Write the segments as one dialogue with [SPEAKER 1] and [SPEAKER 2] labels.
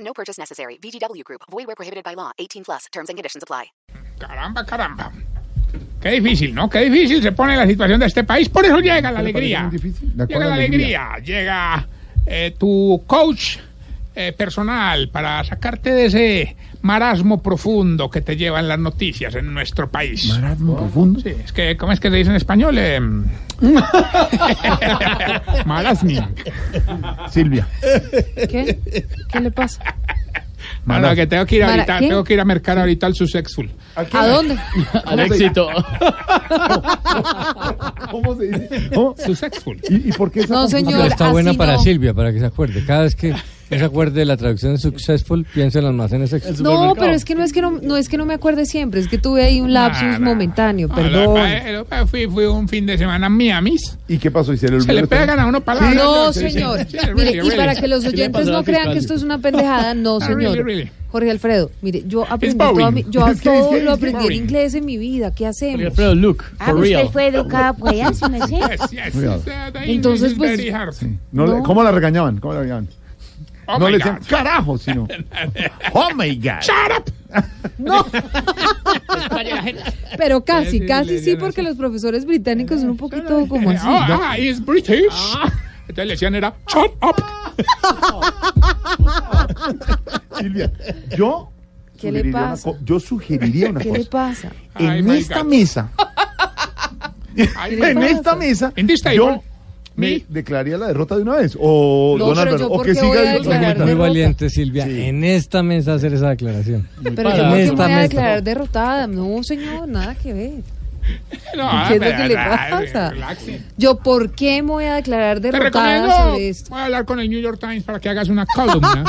[SPEAKER 1] No purchase necessary. VGW Group. Void where prohibited by law. 18 plus. Terms and conditions apply.
[SPEAKER 2] Caramba, caramba. Qué difícil, ¿no? Qué difícil se pone la situación de este país. Por eso llega la alegría. Llega la alegría. Llega eh, tu coach eh, personal para sacarte de ese marasmo profundo que te llevan las noticias en nuestro país.
[SPEAKER 3] Marasmo profundo.
[SPEAKER 2] Sí, es que, ¿cómo es que le dicen en español? Eh, marasmi.
[SPEAKER 3] Silvia.
[SPEAKER 4] ¿Qué? ¿Qué le pasa?
[SPEAKER 2] No, no, que tengo que ir
[SPEAKER 4] Mara-
[SPEAKER 2] ahorita,
[SPEAKER 4] ¿qué?
[SPEAKER 2] tengo que ir a mercar ahorita al Successful.
[SPEAKER 4] ¿A dónde?
[SPEAKER 5] Al éxito.
[SPEAKER 3] ¿Cómo se dice? ¿Cómo?
[SPEAKER 2] Successful.
[SPEAKER 3] ¿Y, y por qué esa
[SPEAKER 4] No,
[SPEAKER 3] confusión?
[SPEAKER 4] señor.
[SPEAKER 5] Pero está
[SPEAKER 4] así
[SPEAKER 5] buena para
[SPEAKER 4] no.
[SPEAKER 5] Silvia, para que se acuerde. Cada vez que no se acuerde de la traducción de successful, piensa en almacenes sexuales.
[SPEAKER 4] No, pero es que no es que no, no es que no me acuerde siempre, es que tuve ahí un lapsus
[SPEAKER 2] Nada.
[SPEAKER 4] momentáneo,
[SPEAKER 2] No,
[SPEAKER 4] perdón.
[SPEAKER 2] lo- eh, eh, Fui, fui un fin de semana a Miamis.
[SPEAKER 3] ¿Y qué pasó? ¿Y se le olvidó?
[SPEAKER 2] Se le
[SPEAKER 3] usted?
[SPEAKER 2] pegan a uno palabras.
[SPEAKER 4] No, señor.
[SPEAKER 2] Sí, Pues, really,
[SPEAKER 4] Mire, y
[SPEAKER 2] really.
[SPEAKER 4] para que los oyentes no crean que esto es una pendejada, no,
[SPEAKER 2] Ah, really,
[SPEAKER 4] señor.
[SPEAKER 2] really.
[SPEAKER 4] Jorge Alfredo, mire, yo aprendí
[SPEAKER 2] boring.
[SPEAKER 4] toda mi- yo a
[SPEAKER 2] It's gay, it's
[SPEAKER 4] todo
[SPEAKER 2] gay,
[SPEAKER 4] lo
[SPEAKER 2] it's
[SPEAKER 4] aprendí en
[SPEAKER 2] boring.
[SPEAKER 4] inglés en mi vida, ¿qué hacemos?
[SPEAKER 5] Alfredo, look,
[SPEAKER 6] Ah,
[SPEAKER 5] for real.
[SPEAKER 6] usted fue educada por allá, sí me sé.
[SPEAKER 2] Yes, yes, yes, that is
[SPEAKER 4] Entonces, pues-
[SPEAKER 2] very hard.
[SPEAKER 3] No le-
[SPEAKER 4] No.
[SPEAKER 3] ¿Cómo la regañaban? ¿Cómo la regañaban?
[SPEAKER 2] Oh
[SPEAKER 3] no
[SPEAKER 2] my
[SPEAKER 3] le
[SPEAKER 2] God.
[SPEAKER 3] decían carajo, sino. ¡Oh my God!
[SPEAKER 2] Shut up.
[SPEAKER 4] Pero
[SPEAKER 2] Sí,
[SPEAKER 4] casi,
[SPEAKER 2] sí,
[SPEAKER 4] casi
[SPEAKER 2] le-
[SPEAKER 4] sí,
[SPEAKER 2] le-
[SPEAKER 4] porque los profesores británicos son un poquito como
[SPEAKER 2] Eh,
[SPEAKER 4] así.
[SPEAKER 2] Oh, ah, it's British. Entonces le decían era shut up.
[SPEAKER 3] Silvia, yo.
[SPEAKER 4] ¿Qué le
[SPEAKER 3] sugeriría una
[SPEAKER 4] pasa?
[SPEAKER 3] co- Yo sugeriría una
[SPEAKER 4] ¿Qué
[SPEAKER 2] pues,
[SPEAKER 4] le
[SPEAKER 3] cosa.
[SPEAKER 4] pasa?
[SPEAKER 2] Ay,
[SPEAKER 3] En
[SPEAKER 2] my
[SPEAKER 3] esta
[SPEAKER 2] God.
[SPEAKER 3] mesa.
[SPEAKER 2] Ay,
[SPEAKER 4] le
[SPEAKER 3] En
[SPEAKER 4] pasa?
[SPEAKER 3] esta mesa.
[SPEAKER 2] In this table,
[SPEAKER 3] Yo me
[SPEAKER 2] me-
[SPEAKER 3] declararía la derrota de una vez. O
[SPEAKER 4] No,
[SPEAKER 3] don
[SPEAKER 4] pero
[SPEAKER 3] Álvaro.
[SPEAKER 4] yo
[SPEAKER 3] O
[SPEAKER 4] ¿por
[SPEAKER 3] que
[SPEAKER 4] qué voy a
[SPEAKER 3] siga el
[SPEAKER 4] declarar
[SPEAKER 5] Muy
[SPEAKER 4] derrota?
[SPEAKER 5] valiente, Silvia, en esta mesa hacer esa declaración.
[SPEAKER 4] Pero yo
[SPEAKER 5] parada.
[SPEAKER 4] creo que me
[SPEAKER 5] Esta
[SPEAKER 4] voy a
[SPEAKER 5] mesa.
[SPEAKER 4] declarar derrotada. No, señor, nada que ver.
[SPEAKER 2] No, ah,
[SPEAKER 4] ¿Qué es lo que le
[SPEAKER 2] ah,
[SPEAKER 4] pasa?
[SPEAKER 2] relaxing.
[SPEAKER 4] Yo, ¿por qué me voy a declarar
[SPEAKER 2] Te
[SPEAKER 4] derrotada
[SPEAKER 2] recomiendo.
[SPEAKER 4] sobre esto?
[SPEAKER 2] Voy a hablar con el New York Times para que hagas una columna.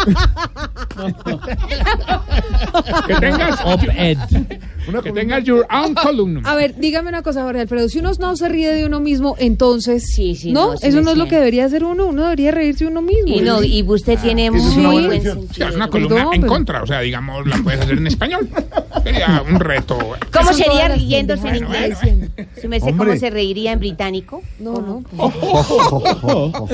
[SPEAKER 2] que tengas.
[SPEAKER 5] Op-ed.
[SPEAKER 3] Una
[SPEAKER 2] Que
[SPEAKER 3] columna.
[SPEAKER 2] tengas your own column.
[SPEAKER 4] A ver, dígame una cosa, Jorge Alfredo. Si uno no se ríe de uno mismo, entonces.
[SPEAKER 6] Sí, sí,
[SPEAKER 4] No,
[SPEAKER 6] no, sí
[SPEAKER 4] eso
[SPEAKER 6] me
[SPEAKER 4] no es lo
[SPEAKER 6] siento.
[SPEAKER 4] que debería hacer uno. Uno debería reírse de uno mismo.
[SPEAKER 6] Y no, y usted tiene
[SPEAKER 3] Esa es una
[SPEAKER 6] muy
[SPEAKER 3] buena
[SPEAKER 6] buen
[SPEAKER 3] lección.
[SPEAKER 6] Ah,
[SPEAKER 2] Sí,
[SPEAKER 6] sentido.
[SPEAKER 2] es una columna en
[SPEAKER 4] pero-
[SPEAKER 2] contra, o sea, digamos, la puedes hacer en español. Sería un reto.
[SPEAKER 6] ¿Cómo
[SPEAKER 4] Esas son
[SPEAKER 6] sería
[SPEAKER 4] todas las
[SPEAKER 6] riéndose en
[SPEAKER 2] pendejadas.
[SPEAKER 6] inglés?
[SPEAKER 2] Bueno,
[SPEAKER 6] ¿Su merced
[SPEAKER 3] Hombre.
[SPEAKER 6] cómo se reiría en británico?
[SPEAKER 4] No, no. pues.
[SPEAKER 6] Oh.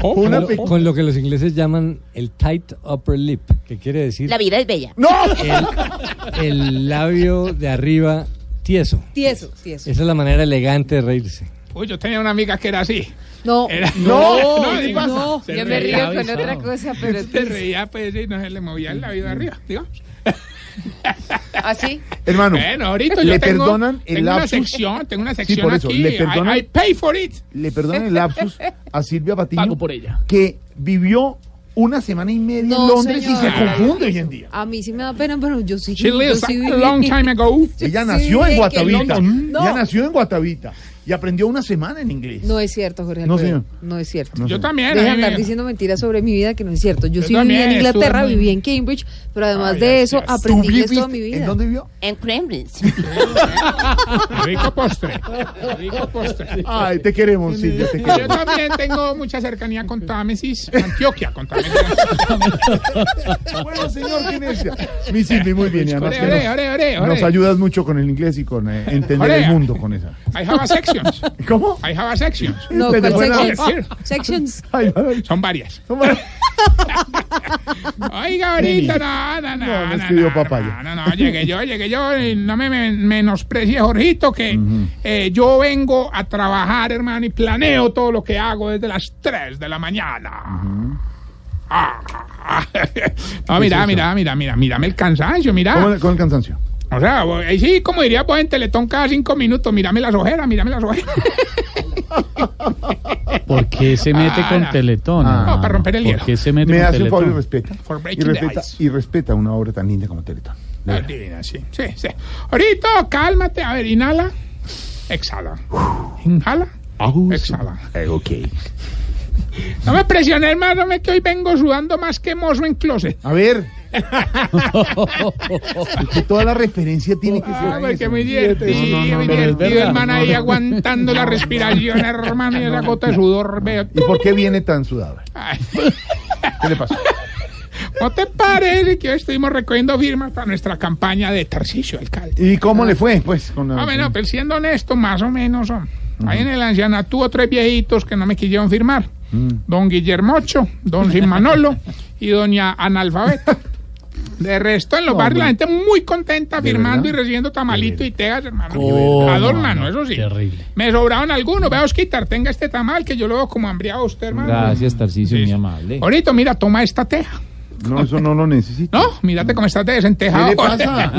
[SPEAKER 5] Con
[SPEAKER 3] Una
[SPEAKER 5] lo-
[SPEAKER 3] pequeña-
[SPEAKER 5] Con lo que los ingleses llaman el tight upper lip, que quiere decir
[SPEAKER 6] La vida es bella.
[SPEAKER 3] ¡No!
[SPEAKER 5] el labio de arriba tieso.
[SPEAKER 4] Tieso, tieso.
[SPEAKER 5] Esa es la manera elegante de reírse.
[SPEAKER 2] Uy, yo tenía una amiga que era así.
[SPEAKER 4] No.
[SPEAKER 2] Era-
[SPEAKER 3] No,
[SPEAKER 2] no,
[SPEAKER 3] ¿qué
[SPEAKER 2] digo,
[SPEAKER 3] pasa?
[SPEAKER 4] No,
[SPEAKER 2] Se
[SPEAKER 4] yo me
[SPEAKER 2] reía,
[SPEAKER 4] río con
[SPEAKER 5] avisado.
[SPEAKER 4] otra cosa, pero
[SPEAKER 2] Se reía, pues, y no se le movía el labio de arriba, digamos.
[SPEAKER 6] ¿Ah,
[SPEAKER 4] así.
[SPEAKER 3] Hermano.
[SPEAKER 2] Bueno, ahorita yo
[SPEAKER 3] ¿le
[SPEAKER 2] tengo,
[SPEAKER 3] perdonan el
[SPEAKER 2] tengo una
[SPEAKER 3] lapsus?
[SPEAKER 2] sección, tengo una sección
[SPEAKER 3] por eso,
[SPEAKER 2] aquí.
[SPEAKER 3] ¿le
[SPEAKER 2] I-
[SPEAKER 3] perdonan?
[SPEAKER 2] I, pay for it.
[SPEAKER 3] le perdonen el lapsus a Silvia Patiño.
[SPEAKER 5] Pago por ella.
[SPEAKER 3] Que vivió una semana y media en
[SPEAKER 4] No,
[SPEAKER 3] Londres y se
[SPEAKER 4] señor.
[SPEAKER 3] confunde hoy en día.
[SPEAKER 4] A mí sí me da pena, pero yo sí.
[SPEAKER 2] She
[SPEAKER 4] yo
[SPEAKER 2] lives
[SPEAKER 4] sí
[SPEAKER 2] a
[SPEAKER 4] viví.
[SPEAKER 2] long time ago.
[SPEAKER 3] Ella
[SPEAKER 4] Sí,
[SPEAKER 3] nació
[SPEAKER 4] de
[SPEAKER 3] en
[SPEAKER 4] que
[SPEAKER 3] Guatavita.
[SPEAKER 2] London.
[SPEAKER 3] Ella nació en Guatavita y aprendió una semana en inglés.
[SPEAKER 4] No es cierto, Jorge
[SPEAKER 3] No,
[SPEAKER 4] Alfredo.
[SPEAKER 3] señor.
[SPEAKER 4] No es cierto.
[SPEAKER 3] No
[SPEAKER 2] Yo
[SPEAKER 3] sé.
[SPEAKER 2] también.
[SPEAKER 4] Deja de
[SPEAKER 2] a mí
[SPEAKER 4] andar
[SPEAKER 2] me-
[SPEAKER 4] diciendo mentiras sobre mi vida que no es cierto. Yo,
[SPEAKER 2] Yo
[SPEAKER 4] sí viví en
[SPEAKER 2] también,
[SPEAKER 4] Inglaterra,
[SPEAKER 2] estuve muy-
[SPEAKER 4] viví en Cambridge, pero además
[SPEAKER 2] Ay,
[SPEAKER 4] de
[SPEAKER 2] así
[SPEAKER 4] eso
[SPEAKER 2] es.
[SPEAKER 3] ¿Tú
[SPEAKER 4] aprendí inglés toda mi
[SPEAKER 3] viviste-
[SPEAKER 4] vida.
[SPEAKER 3] ¿En dónde vivió?
[SPEAKER 6] En Kremlins.
[SPEAKER 2] Rico postre. Rico postre.
[SPEAKER 3] Ay, te queremos, Silvia, te
[SPEAKER 2] Yo
[SPEAKER 3] queremos.
[SPEAKER 2] también tengo mucha cercanía con Támesis, Antioquia, con Támesis.
[SPEAKER 3] bueno, señor, ¿quién es ella? Mi Silvia, muy bien. y además
[SPEAKER 2] Ore,
[SPEAKER 3] que
[SPEAKER 2] ore,
[SPEAKER 3] nos-
[SPEAKER 2] ore, ore, ore.
[SPEAKER 3] Nos ayudas mucho con el inglés y con eh, entender
[SPEAKER 2] Ore.
[SPEAKER 3] el mundo con esa.
[SPEAKER 2] I have a sections.
[SPEAKER 3] ¿Cómo? Este
[SPEAKER 2] I have a sections.
[SPEAKER 4] No,
[SPEAKER 3] Pero
[SPEAKER 4] ¿cuál
[SPEAKER 3] bueno,
[SPEAKER 4] sections?
[SPEAKER 2] decir.
[SPEAKER 4] Sections.
[SPEAKER 3] Ay, ay,
[SPEAKER 2] Son varias.
[SPEAKER 3] ay.
[SPEAKER 2] Oiga, ahorita, no, no, no.
[SPEAKER 3] No, no
[SPEAKER 2] no,
[SPEAKER 3] escribió
[SPEAKER 2] no,
[SPEAKER 3] papaya.
[SPEAKER 2] No, no, no, llegué yo, llegué yo, y no me, me- menosprecie, Jorgito, que eh, yo vengo a trabajar, hermano, y planeo todo lo que hago desde las 3 de la mañana. Ah, ah, no, mira, mira, mira, mira, mírame el cansancio, mira.
[SPEAKER 3] ¿Cómo le- Con el cansancio.
[SPEAKER 2] O sea, vos- ahí sí, como diría vos en Teletón cada cinco minutos, mírame las ojeras, mírame las ojeras.
[SPEAKER 7] ¿Por qué se mete
[SPEAKER 2] Ah, no.
[SPEAKER 7] con Teletón?
[SPEAKER 3] Ah,
[SPEAKER 2] No, para romper el
[SPEAKER 7] ¿Por
[SPEAKER 2] hielo.
[SPEAKER 7] qué se mete
[SPEAKER 3] Me
[SPEAKER 7] con
[SPEAKER 3] hace un
[SPEAKER 7] Teletón?
[SPEAKER 3] favor y respeta.
[SPEAKER 2] For
[SPEAKER 3] Y
[SPEAKER 2] breaking the
[SPEAKER 3] respeta,
[SPEAKER 2] ice.
[SPEAKER 3] y respeta una obra tan linda como Teletón. De verdad.
[SPEAKER 2] Divina, sí, sí, sí. Ahorita, cálmate, a ver, inhala,
[SPEAKER 5] Ah,
[SPEAKER 2] exhala. Inhala, exhala.
[SPEAKER 3] Eh, ok.
[SPEAKER 2] No me presiones más, no me que hoy vengo sudando más que mozo en closet.
[SPEAKER 3] A ver. Es que toda la referencia tiene que ser.
[SPEAKER 2] Ah,
[SPEAKER 3] a
[SPEAKER 2] porque
[SPEAKER 3] eso.
[SPEAKER 2] muy divertido,
[SPEAKER 5] No, no, no,
[SPEAKER 2] muy
[SPEAKER 5] pero es
[SPEAKER 2] divertido,
[SPEAKER 5] verdad,
[SPEAKER 2] hermana,
[SPEAKER 5] no,
[SPEAKER 2] ahí
[SPEAKER 5] no.
[SPEAKER 2] aguantando la respiración, hermano, y esa gota de sudor, veo.
[SPEAKER 3] ¿Y por qué viene tan sudado?
[SPEAKER 2] Ay.
[SPEAKER 3] ¿Qué le pasó?
[SPEAKER 2] ¿No te parece que hoy estuvimos recogiendo firmas para nuestra campaña de Tarcisio, alcalde?
[SPEAKER 3] ¿Y cómo le fue? Pues con la.
[SPEAKER 2] Hombre, no, Ah, pero siendo honesto, más o menos, hombre. Ahí en el ancianato hubo tres viejitos que no me quisieron firmar.
[SPEAKER 3] Mm.
[SPEAKER 2] Don Guillermocho, don Simanolo y doña Analfabeta. De resto, en los
[SPEAKER 3] No,
[SPEAKER 2] barrios la
[SPEAKER 3] hombre.
[SPEAKER 2] gente muy contenta
[SPEAKER 3] ¿De
[SPEAKER 2] firmando y
[SPEAKER 3] verdad?
[SPEAKER 2] recibiendo tamalito y tegas, hermano.
[SPEAKER 5] ¿Cómo?
[SPEAKER 2] Adornan, eso sí.
[SPEAKER 5] Terrible.
[SPEAKER 2] Me sobraban algunos. Vea, Osquitar, tenga este tamal que yo lo veo como hambriado a usted, hermano.
[SPEAKER 5] Gracias, Tarcisio, muy amable.
[SPEAKER 2] Ahorita, mira, toma esta teja.
[SPEAKER 3] No, eso no lo necesito.
[SPEAKER 2] No, Ah, mírate cómo estás de
[SPEAKER 3] Mm. ¿Qué
[SPEAKER 2] desentejado.
[SPEAKER 3] le pasa?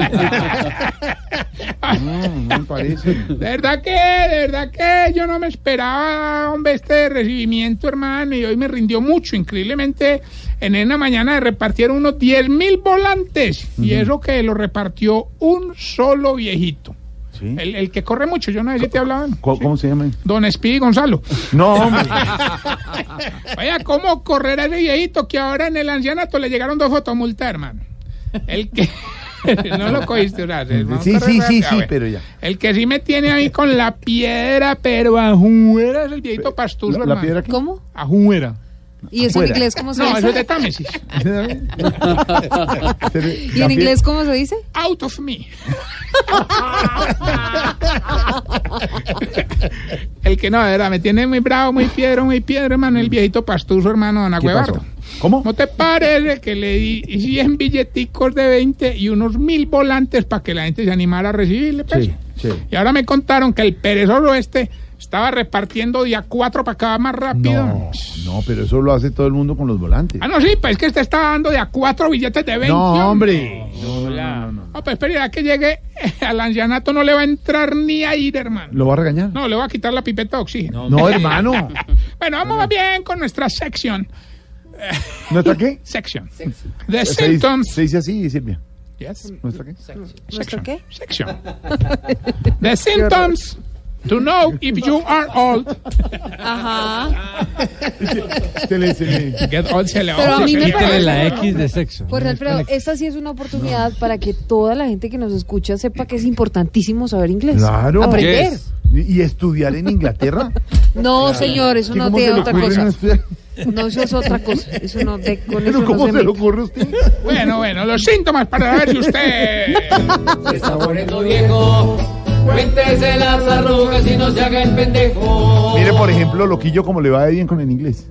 [SPEAKER 2] Ah.
[SPEAKER 3] no, no me parece.
[SPEAKER 2] De verdad que, de verdad que yo no me esperaba, hombre, este recibimiento, hermano, y hoy me rindió mucho. Increíblemente, en una mañana repartieron unos 10 mil volantes, y eso que lo repartió un solo viejito.
[SPEAKER 3] ¿Sí?
[SPEAKER 2] El, el que corre mucho, yo no sé si te hablaban.
[SPEAKER 3] ¿Cómo, cómo se llama?
[SPEAKER 2] Don Espí Gonzalo.
[SPEAKER 3] No,
[SPEAKER 2] Ah,
[SPEAKER 3] hombre.
[SPEAKER 2] Oiga, ¿cómo correr al viejito que ahora en el ancianato le llegaron dos fotomultas, hermano? El que. no lo cogiste, o sea, se- vamos
[SPEAKER 3] Sí,
[SPEAKER 2] a
[SPEAKER 3] sí, sí,
[SPEAKER 2] correr rápido,
[SPEAKER 3] sí,
[SPEAKER 2] a ver.
[SPEAKER 3] pero ya.
[SPEAKER 2] El que sí me tiene ahí con la piedra, pero ajuera es el viejito pastuso,
[SPEAKER 3] La,
[SPEAKER 2] hermano.
[SPEAKER 3] la piedra que...
[SPEAKER 4] ¿Cómo?
[SPEAKER 2] Ajuera.
[SPEAKER 4] ¿Y eso
[SPEAKER 3] Afuera.
[SPEAKER 4] en inglés cómo se
[SPEAKER 2] No,
[SPEAKER 4] dice?
[SPEAKER 2] eso es de Támesis.
[SPEAKER 4] ¿Y en inglés cómo se dice?
[SPEAKER 2] Out of me. el que no, de verdad, me tiene muy bravo, muy piedra, muy piedra, hermano. El viejito pastuso, hermano, don
[SPEAKER 3] Mm. ¿Qué pasó?
[SPEAKER 2] Acuevardo.
[SPEAKER 3] ¿Cómo?
[SPEAKER 2] ¿No te parece que le di 100 billeticos de 20 y unos mil volantes para que la gente se animara a recibirle? pues?
[SPEAKER 3] Sí, sí.
[SPEAKER 2] Y ahora me contaron que el perezoso este estaba repartiendo día cuatro para acá más rápido.
[SPEAKER 3] No, no, pero eso lo hace todo el mundo con los volantes.
[SPEAKER 2] Ah, no, sí, pues es que este está dando de a cuatro billetes de 20.
[SPEAKER 3] No, hombre. No, no, no, no, no.
[SPEAKER 2] No, pues espera, ya que llegue al ancianato no le va a entrar ni a ir, hermano.
[SPEAKER 3] ¿Lo va a regañar?
[SPEAKER 2] No, le va a quitar la pipeta de oxígeno.
[SPEAKER 3] No, hermano.
[SPEAKER 2] Bueno, vamos más bien con nuestra sección.
[SPEAKER 3] ¿No está qué?
[SPEAKER 2] Sección. The
[SPEAKER 3] Se dice,
[SPEAKER 2] Symptoms.
[SPEAKER 3] se dice así, Silvia.
[SPEAKER 2] Yes.
[SPEAKER 3] ¿No está qué?
[SPEAKER 4] ¿Nuestro qué?
[SPEAKER 2] Section. The symptoms to know if you are old.
[SPEAKER 4] Ajá.
[SPEAKER 3] Se le, se le-
[SPEAKER 2] Get old se le
[SPEAKER 4] Pero a mí me
[SPEAKER 5] Quítale
[SPEAKER 4] parece-
[SPEAKER 5] la X de sexo.
[SPEAKER 4] Jorge Alfredo, eh, esta sí es una oportunidad para que toda la gente que nos escucha sepa que es importantísimo saber inglés.
[SPEAKER 3] Claro.
[SPEAKER 4] Aprender.
[SPEAKER 5] Yes.
[SPEAKER 3] ¿Y, y estudiar en Inglaterra?
[SPEAKER 4] No, señor, eso
[SPEAKER 3] ¿Y
[SPEAKER 4] no
[SPEAKER 3] cómo
[SPEAKER 4] te
[SPEAKER 3] se
[SPEAKER 4] da
[SPEAKER 3] le
[SPEAKER 4] otra
[SPEAKER 3] ocurre
[SPEAKER 4] cosa.
[SPEAKER 3] no estudiar?
[SPEAKER 4] No, eso es otra cosa. Eso no te, con eso
[SPEAKER 3] Pero
[SPEAKER 4] no
[SPEAKER 3] ¿cómo
[SPEAKER 4] se
[SPEAKER 3] se le
[SPEAKER 4] mete.
[SPEAKER 3] ocurre a usted?
[SPEAKER 2] Bueno, bueno, los síntomas para ver si usted.
[SPEAKER 7] Se está poniendo viejo. Cuéntese las arrugas y no se haga el pendejo.
[SPEAKER 3] Mire, por ejemplo, Loquillo, como le va de bien con el inglés.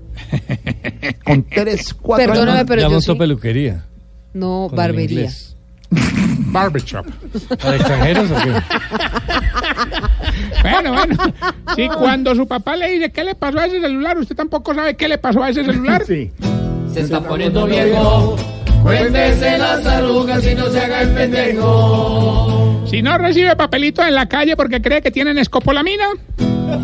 [SPEAKER 3] Con tres, cuatro
[SPEAKER 4] Perdóname,
[SPEAKER 3] años.
[SPEAKER 4] pero
[SPEAKER 5] ya
[SPEAKER 4] yo
[SPEAKER 5] montó
[SPEAKER 4] sí.
[SPEAKER 5] peluquería.
[SPEAKER 4] No,
[SPEAKER 5] con el
[SPEAKER 4] barbería.
[SPEAKER 5] inglés.
[SPEAKER 2] Barbershop.
[SPEAKER 5] ¿Para extranjeros o qué?
[SPEAKER 2] Bueno, bueno. Si cuando su papá le dice qué le pasó a ese celular, usted tampoco sabe qué le pasó a ese celular.
[SPEAKER 3] Sí.
[SPEAKER 7] Se está poniendo viejo. Cuéntese las arrugas y no se haga el pendejo.
[SPEAKER 2] Si no recibe papelitos en la calle porque cree que tienen escopolamina.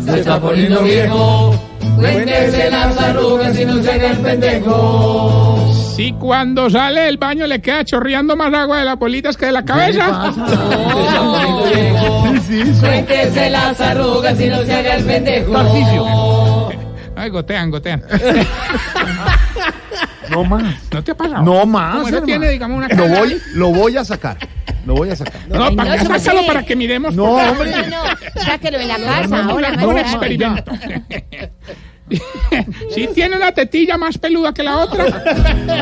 [SPEAKER 7] Se está poniendo viejo. Cuéntese las arrugas y no se haga el pendejo.
[SPEAKER 2] Si cuando sale del baño le queda chorreando más agua de las bolitas que de la cabeza.
[SPEAKER 7] Se está poniendo viejo.
[SPEAKER 3] Sí, sí, eso.
[SPEAKER 7] Cuéntese las arrugas y no se haga el pendejo.
[SPEAKER 2] Ay, gotean, gotean.
[SPEAKER 3] No más.
[SPEAKER 2] ¿No te ha pasado?
[SPEAKER 3] No más.
[SPEAKER 2] Como eso
[SPEAKER 3] hermano.
[SPEAKER 2] tiene, digamos, una
[SPEAKER 3] lo
[SPEAKER 2] cara-
[SPEAKER 3] voy, lo voy a sacar. Lo voy a sacar.
[SPEAKER 2] No,
[SPEAKER 6] Ay,
[SPEAKER 2] para
[SPEAKER 6] no,
[SPEAKER 2] que
[SPEAKER 6] eso no
[SPEAKER 2] sácalo
[SPEAKER 6] sé.
[SPEAKER 2] para que miremos.
[SPEAKER 3] No,
[SPEAKER 2] por-
[SPEAKER 3] hombre.
[SPEAKER 6] No, no, sáquelo en la casa.
[SPEAKER 2] Vamos
[SPEAKER 6] Ahora
[SPEAKER 2] a
[SPEAKER 6] más
[SPEAKER 2] hacer un
[SPEAKER 6] tarde.
[SPEAKER 2] experimento. Si tiene una tetilla más peluda que la otra.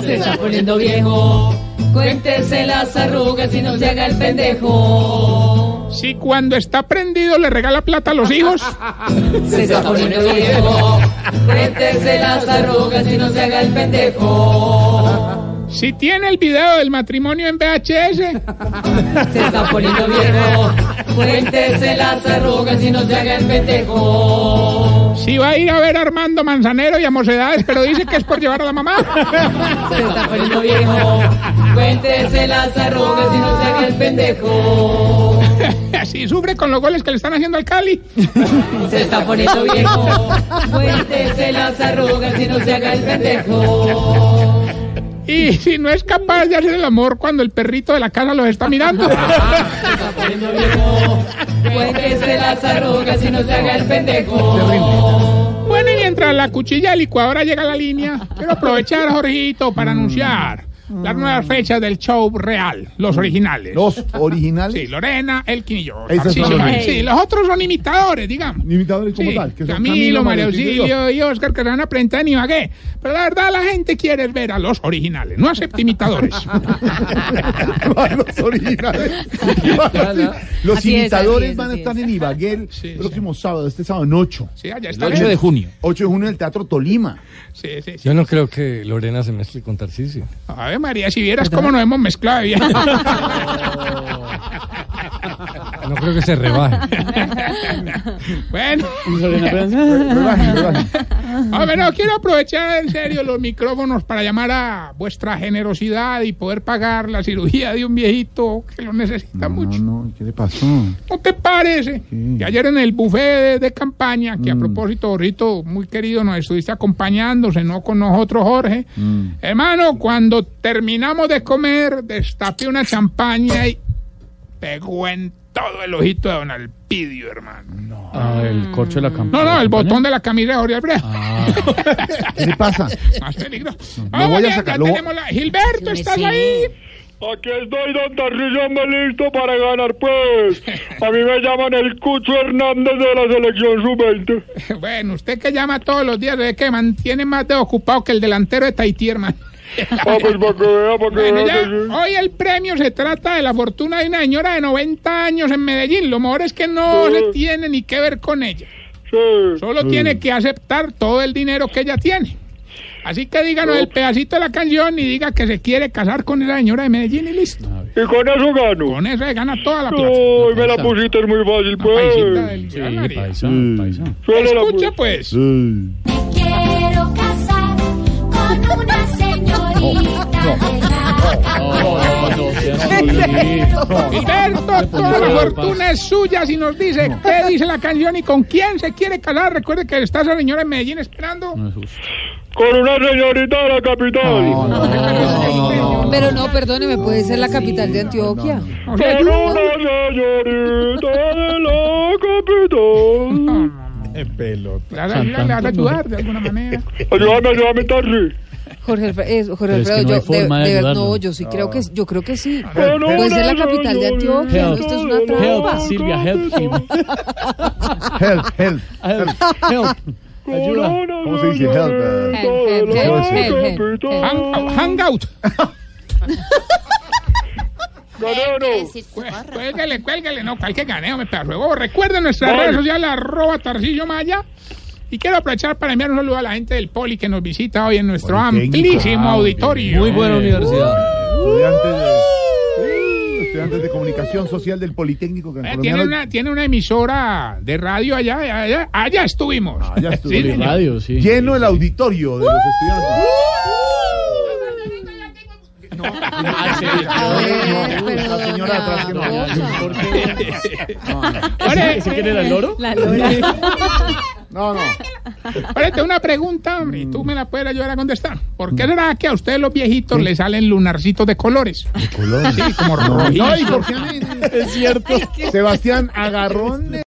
[SPEAKER 7] Se está poniendo viejo. Cuéntese las arrugas y no se haga el pendejo.
[SPEAKER 2] Si cuando está prendido le regala plata a los hijos.
[SPEAKER 7] Se está poniendo viejo. Cuéntese las arrugas y no se haga el pendejo.
[SPEAKER 2] Si tiene el video del matrimonio en VHS.
[SPEAKER 7] Se está poniendo viejo. Cuéntese las arrugas y no se haga el pendejo.
[SPEAKER 2] Si va a ir a ver a Armando Manzanero y a Mocedades, pero dice que es por llevar a la mamá.
[SPEAKER 7] Se está poniendo viejo. Cuéntese las arrugas y no se haga el pendejo.
[SPEAKER 2] Si sufre con los goles que le están haciendo al Cali.
[SPEAKER 7] Se está poniendo viejo. Cuéntese las arrugas y no se haga el pendejo.
[SPEAKER 2] Y si no es capaz de hacer el amor cuando el perrito de la casa los está mirando.
[SPEAKER 7] Se está poniendo viejo. Cuéntese las arrugas y no se haga el pendejo.
[SPEAKER 2] Bueno, Bueno, y mientras la cuchilla de licuadora llega a la línea, quiero aprovechar, Jorgito, para anunciar las nuevas fechas del show real, los originales.
[SPEAKER 3] Los originales.
[SPEAKER 2] Sí, Lorena, Elkin y yo.
[SPEAKER 3] Esos son
[SPEAKER 2] Sí,
[SPEAKER 3] los
[SPEAKER 2] sí,
[SPEAKER 3] originales.
[SPEAKER 2] sí, los otros son imitadores, digamos.
[SPEAKER 3] Imitadores como
[SPEAKER 2] Sí,
[SPEAKER 3] tal. que son
[SPEAKER 2] Camilo, María
[SPEAKER 3] Valentín y yo.
[SPEAKER 2] Auxilio y Oscar que se van a presentar en Ibagué. Pero la verdad, la gente quiere ver a los originales, no acepta imitadores.
[SPEAKER 3] Van los originales.
[SPEAKER 5] Ya, ¿no?
[SPEAKER 3] Los
[SPEAKER 6] Así es,
[SPEAKER 3] imitadores
[SPEAKER 6] así es,
[SPEAKER 3] van a
[SPEAKER 6] así
[SPEAKER 3] estar en Ibagué el
[SPEAKER 2] Sí,
[SPEAKER 3] próximo sábado, este sábado en 8.
[SPEAKER 2] Sí, allá
[SPEAKER 8] El
[SPEAKER 2] está.
[SPEAKER 8] 8 de junio.
[SPEAKER 3] 8 de junio en el Teatro Tolima.
[SPEAKER 2] Sí, sí, sí.
[SPEAKER 5] Yo no creo que Lorena se mezcle con Tarcisio.
[SPEAKER 2] A ver, María, si vieras cómo nos hemos mezclado bien.
[SPEAKER 5] No creo que se rebaje.
[SPEAKER 2] bueno,
[SPEAKER 3] Rebajen, rebajen.
[SPEAKER 2] a ver, no, quiero aprovechar en serio los micrófonos para llamar a vuestra generosidad y poder pagar la cirugía de un viejito que lo necesita mucho.
[SPEAKER 3] No, no, ¿qué le pasó?
[SPEAKER 2] ¿No te parece?
[SPEAKER 3] Sí.
[SPEAKER 2] Que ayer en el buffet de, de campaña,
[SPEAKER 3] Mm.
[SPEAKER 2] que a propósito, Rito, muy querido, nos estuviste acompañando, cenó con nosotros Jorge.
[SPEAKER 3] Mm.
[SPEAKER 2] Hermano, cuando terminamos de comer, destapé una champaña y pegó en todo el ojito de Don Alpidio, hermano. No,
[SPEAKER 8] Ah,
[SPEAKER 6] Mm.
[SPEAKER 8] el corcho de la campaña.
[SPEAKER 2] no, el botón de la camisa de Jorge Alfredo.
[SPEAKER 3] Ah. ¿Qué le pasa?
[SPEAKER 2] Más peligroso.
[SPEAKER 3] No, lo voy a
[SPEAKER 2] Vamos, ya,
[SPEAKER 3] sacar,
[SPEAKER 2] ya
[SPEAKER 3] lo voy-
[SPEAKER 2] tenemos la... Gilberto, ¿estás
[SPEAKER 6] sí.
[SPEAKER 2] ahí?
[SPEAKER 9] Aquí estoy, don Tarrillo, me listo para ganar, pues. A mí me llaman el Cucho Hernández de la selección sub-20.
[SPEAKER 2] Bueno, usted que llama todos los días, es que mantiene más de ocupado que el delantero de Tahití, hermano.
[SPEAKER 9] Ah, pues para que vea, para que
[SPEAKER 2] Bueno,
[SPEAKER 9] vea.
[SPEAKER 2] ya,
[SPEAKER 9] que sí.
[SPEAKER 2] hoy el premio se trata de la fortuna de una señora de 90 años en Medellín. Lo mejor es que no se tiene ni que ver con ella.
[SPEAKER 9] Sí.
[SPEAKER 2] Solo tiene que aceptar todo el dinero que ella tiene. Así que díganos el pedacito de la canción y diga que se quiere casar con esa señora de Medellín y listo.
[SPEAKER 9] Y con eso gano.
[SPEAKER 2] Con eso se gana toda la plata.
[SPEAKER 9] Uy, me la pusiste es muy fácil, pues.
[SPEAKER 2] Una paisita del
[SPEAKER 8] Sí,
[SPEAKER 2] gran área.
[SPEAKER 8] paisa,
[SPEAKER 3] Sí.
[SPEAKER 8] paisa.
[SPEAKER 9] Suéltela,
[SPEAKER 2] Escucha
[SPEAKER 9] pues.
[SPEAKER 2] pues.
[SPEAKER 3] Sí.
[SPEAKER 7] Me quiero casar con una señorita de
[SPEAKER 2] Gilberto, toda la
[SPEAKER 8] pues, no,
[SPEAKER 2] fortuna es suya si nos dice qué dice la canción y con quién se quiere casar. Recuerde que está esa señora en Medellín esperando.
[SPEAKER 8] No es justo.
[SPEAKER 9] Con una señorita de la capital.
[SPEAKER 4] Pero no, perdóneme, puede ser la capital de Antioquia.
[SPEAKER 2] O sea,
[SPEAKER 9] Con
[SPEAKER 2] yo-
[SPEAKER 9] una señorita de la capital.
[SPEAKER 2] La, la- la- la vas a ayudar de alguna manera.
[SPEAKER 9] Ayúdame, ayúdame, Tarri.
[SPEAKER 4] Jorge Alfredo, Jorge
[SPEAKER 8] Pero es que
[SPEAKER 4] Alfredo,
[SPEAKER 8] no
[SPEAKER 4] yo
[SPEAKER 8] hay
[SPEAKER 4] de-
[SPEAKER 8] forma de
[SPEAKER 4] de ver-
[SPEAKER 8] ayudarlo.
[SPEAKER 4] no, yo sí creo que yo creo que sí.
[SPEAKER 9] Con una
[SPEAKER 4] Puede ser la capital de Antioquia,
[SPEAKER 8] Help.
[SPEAKER 4] ¿no? esto es una
[SPEAKER 8] Help,
[SPEAKER 4] trampa.
[SPEAKER 8] Silvia, help him.
[SPEAKER 3] Help, help.
[SPEAKER 8] Help, help. Ayuda.
[SPEAKER 3] ¿Cómo se dice? Help. eh,
[SPEAKER 2] Hang- hangout.
[SPEAKER 6] Ganero.
[SPEAKER 2] Cuélguele, cuélguele. No, cuál que ganeo, me pedazo de bobo. Recuerden nuestras redes sociales, arroba Tarcillo Maya. Y quiero aprovechar para enviar un saludo a la gente del Poli que nos visita hoy en nuestro
[SPEAKER 3] Politécnico.
[SPEAKER 2] amplísimo
[SPEAKER 8] Ah,
[SPEAKER 2] auditorio. Eh,
[SPEAKER 8] Muy buena
[SPEAKER 3] uh,
[SPEAKER 8] universidad.
[SPEAKER 3] Estudiantes de, estudiantes de comunicación social del Politécnico
[SPEAKER 2] Eh, tiene,
[SPEAKER 3] Colombiano.
[SPEAKER 2] una, tiene una emisora de radio allá, allá, allá estuvimos.
[SPEAKER 8] Ah,
[SPEAKER 3] Allá estuvo.
[SPEAKER 2] Sí, señor.
[SPEAKER 8] Radio, sí.
[SPEAKER 3] Lleno el auditorio de los estudiantes.
[SPEAKER 8] Ah, sí.
[SPEAKER 4] A ver,
[SPEAKER 3] No,
[SPEAKER 4] pero
[SPEAKER 3] la señora
[SPEAKER 4] doña
[SPEAKER 3] atrás que no.
[SPEAKER 4] Rosa.
[SPEAKER 8] ¿Por qué?
[SPEAKER 2] Ahora,
[SPEAKER 8] ¿Ese quién era el loro?
[SPEAKER 3] No, no.
[SPEAKER 2] ahora tengo una pregunta, hombre, y tú me la puedes ayudar a contestar. ¿Por qué será que a ustedes los viejitos les salen lunarcitos de colores?
[SPEAKER 3] Colón.
[SPEAKER 2] Sí, como
[SPEAKER 3] No,
[SPEAKER 2] rojizo.
[SPEAKER 3] ¿y por qué a mí?
[SPEAKER 8] Es cierto.
[SPEAKER 3] Sebastián Agarrón